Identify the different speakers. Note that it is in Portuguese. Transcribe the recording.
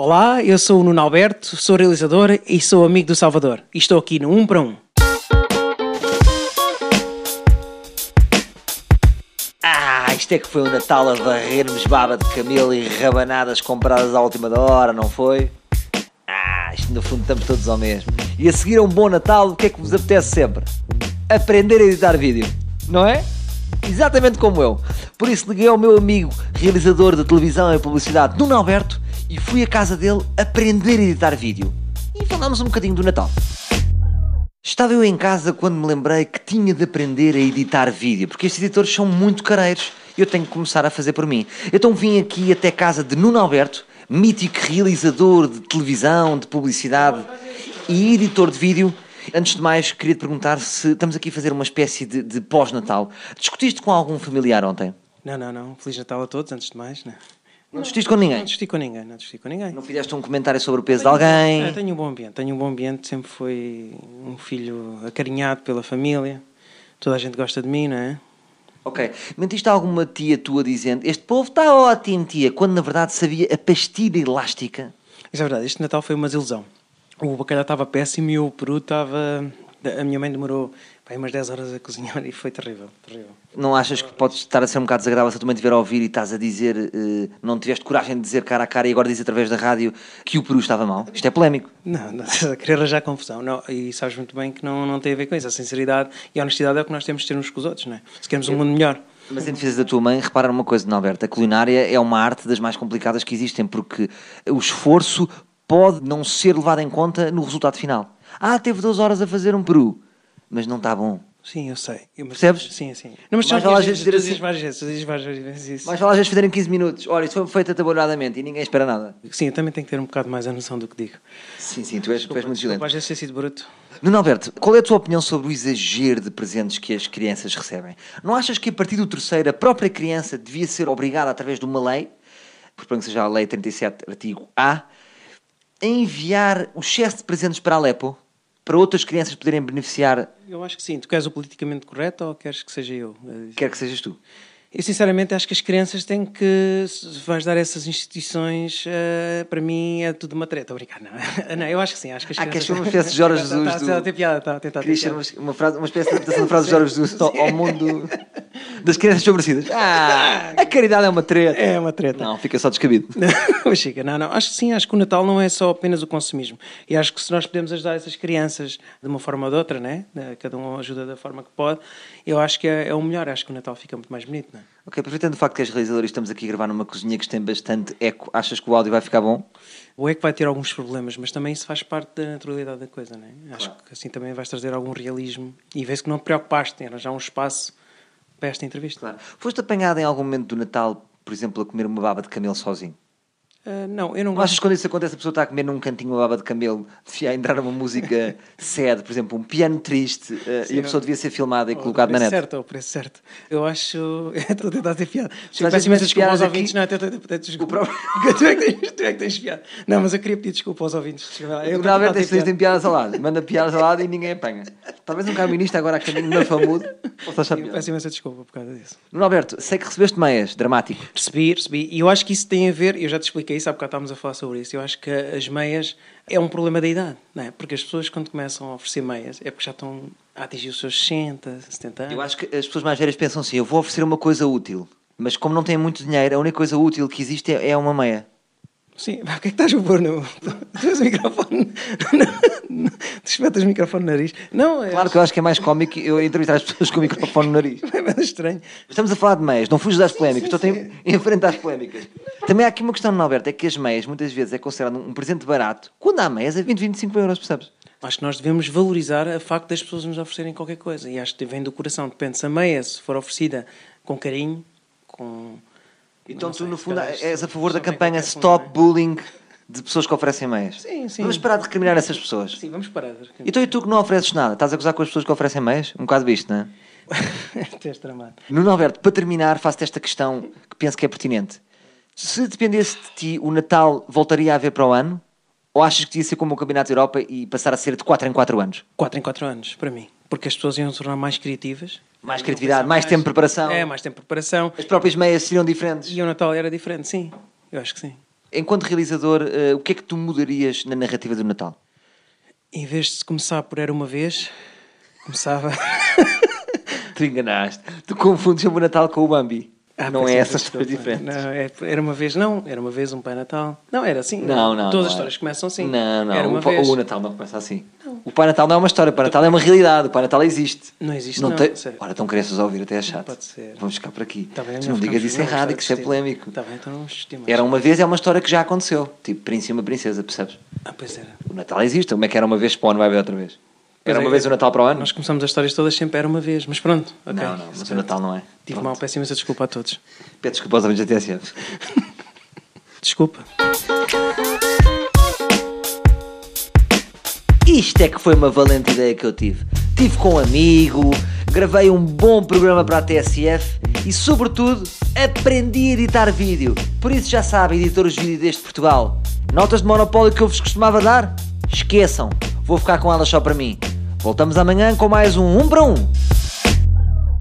Speaker 1: Olá, eu sou o Nuno Alberto, sou realizador e sou amigo do Salvador. E estou aqui no 1 para 1.
Speaker 2: Ah, isto é que foi um Natal a varrermos baba de camelo e rabanadas compradas à última da hora, não foi? Ah, isto no fundo estamos todos ao mesmo. E a seguir a um bom Natal, o que é que vos apetece sempre? Aprender a editar vídeo, não é? Exatamente como eu. Por isso liguei ao meu amigo, realizador de televisão e publicidade, Nuno Alberto, e fui à casa dele aprender a editar vídeo. E falámos um bocadinho do Natal. Estava eu em casa quando me lembrei que tinha de aprender a editar vídeo, porque estes editores são muito careiros e eu tenho que começar a fazer por mim. Então vim aqui até casa de Nuno Alberto, mítico realizador de televisão, de publicidade e editor de vídeo. Antes de mais, queria te perguntar se estamos aqui a fazer uma espécie de, de pós-natal. Discutiste com algum familiar ontem?
Speaker 1: Não, não, não. Feliz Natal a todos, antes de mais. Não,
Speaker 2: Não discutiste com
Speaker 1: não
Speaker 2: ninguém?
Speaker 1: discuti com ninguém, não discuti com ninguém.
Speaker 2: Não fizeste um comentário sobre o peso de alguém?
Speaker 1: Eu tenho um bom ambiente, tenho um bom ambiente, sempre fui um filho acarinhado pela família. Toda a gente gosta de mim, não é?
Speaker 2: Ok. Mentiste a alguma tia tua dizendo este povo está ótimo, tia, quando na verdade sabia a pastilha elástica?
Speaker 1: Mas é verdade, este Natal foi uma desilusão. O bacalhau estava péssimo e o peru estava... A minha mãe demorou pá, umas 10 horas a cozinhar e foi terrível, terrível.
Speaker 2: Não achas que podes estar a ser um bocado desagradável se a tua mãe estiver a ouvir e estás a dizer, eh, não tiveste coragem de dizer cara a cara e agora dizes através da rádio que o Peru estava mal? Isto é polémico.
Speaker 1: Não, não estás a querer arranjar confusão. Não, e sabes muito bem que não, não tem a ver com isso. A sinceridade e a honestidade é o que nós temos de ter uns com os outros, não é? Se queremos um mundo melhor.
Speaker 2: Mas em defesa da tua mãe, repara numa coisa, não, Alberto, a culinária é uma arte das mais complicadas que existem, porque o esforço pode não ser levado em conta no resultado final. Ah, teve 12 horas a fazer um Peru, mas não está bom.
Speaker 1: Sim, eu sei. Eu- mas-
Speaker 2: Percebes?
Speaker 1: Sim, sim. Não, mas tu
Speaker 2: Mais
Speaker 1: já tinhas-
Speaker 2: vale às vezes dizer
Speaker 1: tu dizes
Speaker 2: assim-
Speaker 1: várias vezes, tu dizes várias vezes isso.
Speaker 2: Mas fala às vezes fazerem 15 minutos. Olha, isso foi feito atabalhadamente e ninguém espera nada.
Speaker 1: Sim, eu também tenho que ter um bocado mais a noção do que digo.
Speaker 2: Sim, sim, tu és, tu és muito
Speaker 1: Desculpa,
Speaker 2: violento.
Speaker 1: às vezes ter sido bruto.
Speaker 2: Nuno Alberto, qual é a tua opinião sobre o exagero de presentes que as crianças recebem? Não achas que a partir do terceiro a própria criança devia ser obrigada, através de uma lei, proponho que seja a Lei 37, artigo A, a enviar o excesso de presentes para Alepo, para outras crianças poderem beneficiar,
Speaker 1: Eu acho que sim. Tu queres o politicamente correto ou queres que seja eu? É a dizer?
Speaker 2: quer que sejas tu?
Speaker 1: Eu sinceramente acho que as crianças têm que. Se vais dar essas instituições, eh, para mim é tudo uma treta. Obrigado, não. não. Eu acho que sim. Acho que as
Speaker 2: Ah,
Speaker 1: crianças.
Speaker 2: queres ser uma espécie de
Speaker 1: Tá,
Speaker 2: Jorge
Speaker 1: tá,
Speaker 2: Jesus
Speaker 1: tá,
Speaker 2: do-
Speaker 1: Está a ter piada, está a tentar ter
Speaker 2: Querias ser
Speaker 1: piada.
Speaker 2: uma, uma frase- uma espécie de adaptação de frases de Jorge Jesus ao ao mundo das crianças sobrevidas. Ah, a caridade é uma treta.
Speaker 1: É uma treta.
Speaker 2: Não, fica só descabido.
Speaker 1: Não, Chica, não, não. Acho que sim, acho que o Natal não é só apenas o consumismo. E acho que se nós podemos ajudar essas crianças de uma forma ou de outra, né? Eh, Cada um ajuda da forma que pode, eu acho que é, é o melhor. Acho que o Natal fica muito mais bonito, não é?
Speaker 2: Ok, aproveitando o facto que és realizador e estamos aqui a gravar numa cozinha que tem bastante eco, achas que o áudio vai ficar bom?
Speaker 1: Ou é que vai ter alguns problemas, mas também isso faz parte da naturalidade da coisa, não é? Acho que assim também vais trazer algum realismo e vês que não te preocupaste em arranjar um espaço para esta entrevista.
Speaker 2: Foste apanhado em algum momento do Natal, por exemplo, a comer uma baba de camelo sozinho?
Speaker 1: Ah, não, eu não
Speaker 2: Não
Speaker 1: gosto.
Speaker 2: achas que quando isso acontece a pessoa está a comer num cantinho uma baba de camelo, devia entrar uma música sad, por exemplo, um piano triste, eh, e a pessoa devia ser filmada e
Speaker 1: Ou
Speaker 2: colocada
Speaker 1: do
Speaker 2: na
Speaker 1: preço
Speaker 2: net?
Speaker 1: Oh, é certo, ou preço certo. Eu acho. Estou a tentar ter piada.
Speaker 2: Estás a
Speaker 1: Peço imensa
Speaker 2: ter
Speaker 1: desculpa aos
Speaker 2: piadas
Speaker 1: ouvintes.
Speaker 2: aqui?
Speaker 1: Não, até, até, até, desculpa.
Speaker 2: próprio-
Speaker 1: tu, é que tens, tu é que tens piada. Não, mas eu queria pedir desculpa aos ouvintes. Desculpa lá, eu
Speaker 2: O
Speaker 1: estou a tentar
Speaker 2: Alberto
Speaker 1: ter
Speaker 2: tem
Speaker 1: piada.
Speaker 2: tem piadas ao lado, manda piadas ao lado e ninguém apanha. Talvez um caminista agora a caminho na famudo possa achar
Speaker 1: Eu
Speaker 2: piada.
Speaker 1: Peço imensa desculpa por causa disso.
Speaker 2: Nuno Alberto, sei que recebeste meias, dramático.
Speaker 1: Percebi, percebi. E eu acho que isso tem a ver, eu já te expliquei isso, há bocado estávamos a falar sobre isso. Eu acho que as meias é um problema da idade, não é? Porque as pessoas, quando começam a oferecer meias, é porque já estão a atingir os seus 60, 70 anos.
Speaker 2: Eu acho que as pessoas mais velhas pensam assim: eu vou oferecer uma coisa útil, mas como não têm muito dinheiro, a única coisa útil que existe é é uma meia.
Speaker 1: Sim, pá, o que é que estás a pôr no. Tu és o microfone. Tu espetas o microfone no nariz. Não, é.
Speaker 2: Claro que eu acho que é mais cómico eu entrevistar as pessoas com o microfone no nariz.
Speaker 1: É meio estranho.
Speaker 2: Estamos a falar de meias, não fujas das polémicas, estou em, em frente às polémicas. Também há aqui uma questão, Alberto, é que as meias muitas vezes é considerado um um presente barato, quando há meias é 20, 25 euros, percebes?
Speaker 1: Acho que nós devemos valorizar o facto das pessoas nos oferecerem qualquer coisa. E acho que vem do coração. Depende se a meia, se for oferecida com carinho, com.
Speaker 2: Então
Speaker 1: Não
Speaker 2: tu,
Speaker 1: sei,
Speaker 2: no
Speaker 1: se
Speaker 2: fundo,
Speaker 1: calhar isto-
Speaker 2: és a favor
Speaker 1: só
Speaker 2: da
Speaker 1: tem
Speaker 2: campanha
Speaker 1: qualquer fundo,
Speaker 2: Stop
Speaker 1: não é?
Speaker 2: Bullying de pessoas que oferecem meias.
Speaker 1: Sim, sim.
Speaker 2: Vamos parar de recriminar essas pessoas.
Speaker 1: Sim, vamos parar. de-
Speaker 2: Então e tu que não ofereces nada, estás a gozar com as pessoas que oferecem meias? Um bocado visto, não é?
Speaker 1: Tens tramado.
Speaker 2: Nuno Alberto, para terminar, faço-te esta questão que penso que é pertinente. Se dependesse de ti, o Natal voltaria a haver para o ano? Ou achas que devia ser como o Campeonato da Europa e passar a ser de 4 em 4 anos?
Speaker 1: 4 em 4 anos, para mim. Porque as pessoas iam se tornar mais criativas.
Speaker 2: Mais criatividade, mais tempo de preparação.
Speaker 1: É, mais tempo de preparação.
Speaker 2: As próprias meias seriam diferentes.
Speaker 1: E o Natal era diferente, sim. Eu acho que sim.
Speaker 2: Enquanto realizador, eh, o que é que tu mudarias na narrativa do Natal?
Speaker 1: Em vez de se começar por Era Uma Vez, começava...
Speaker 2: Tu enganaste. Tu confundes o Natal com o Bambi.
Speaker 1: Ah,
Speaker 2: não
Speaker 1: peço
Speaker 2: é essas
Speaker 1: desculpa.
Speaker 2: coisas diferentes.
Speaker 1: Não, é- era uma vez não, era uma vez um Pai Natal. Não, era assim.
Speaker 2: Não, não.
Speaker 1: Todas as
Speaker 2: não
Speaker 1: histórias
Speaker 2: é.
Speaker 1: começam assim.
Speaker 2: Não, não.
Speaker 1: Era uma
Speaker 2: o, pa-
Speaker 1: vez.
Speaker 2: o Natal não começa assim. O Pai Natal não é uma história. O Pai Natal é uma realidade. O Pai Natal existe.
Speaker 1: Não existe, não,
Speaker 2: tem-
Speaker 1: sério.
Speaker 2: Ora, estão crianças a ouvir até é chato.
Speaker 1: pode ser.
Speaker 2: Vamos ficar por aqui.
Speaker 1: Tá bem,
Speaker 2: tu não digas isso errado, que isso é polémico.
Speaker 1: Está bem, então não estima.
Speaker 2: Era uma vez, é uma história que já aconteceu. Tipo, príncipe e uma princesa, percebes?
Speaker 1: Ah, pois era.
Speaker 2: O Natal existe. Como é que era uma vez para o ano, vai haver outra vez?
Speaker 1: Pois
Speaker 2: Era
Speaker 1: é,
Speaker 2: uma vez o Natal para o ano?
Speaker 1: Nós começamos as histórias todas sempre era uma vez, mas pronto. ok.
Speaker 2: Não, não, mas o Natal não é.
Speaker 1: Tive
Speaker 2: Pronto.
Speaker 1: mal, peço imensa desculpa a todos.
Speaker 2: Peço desculpa aos amigos da TSF.
Speaker 1: Desculpa.
Speaker 2: Isto é que foi uma valente ideia que eu tive. Tive com um amigo, gravei um bom programa para a TSF e, sobretudo, aprendi a editar vídeo. Por isso, já sabem, editores de vídeo deste Portugal, notas de monopólio que eu vos costumava dar? Esqueçam, vou ficar com elas só para mim. Voltamos amanhã com mais um 1 para 1.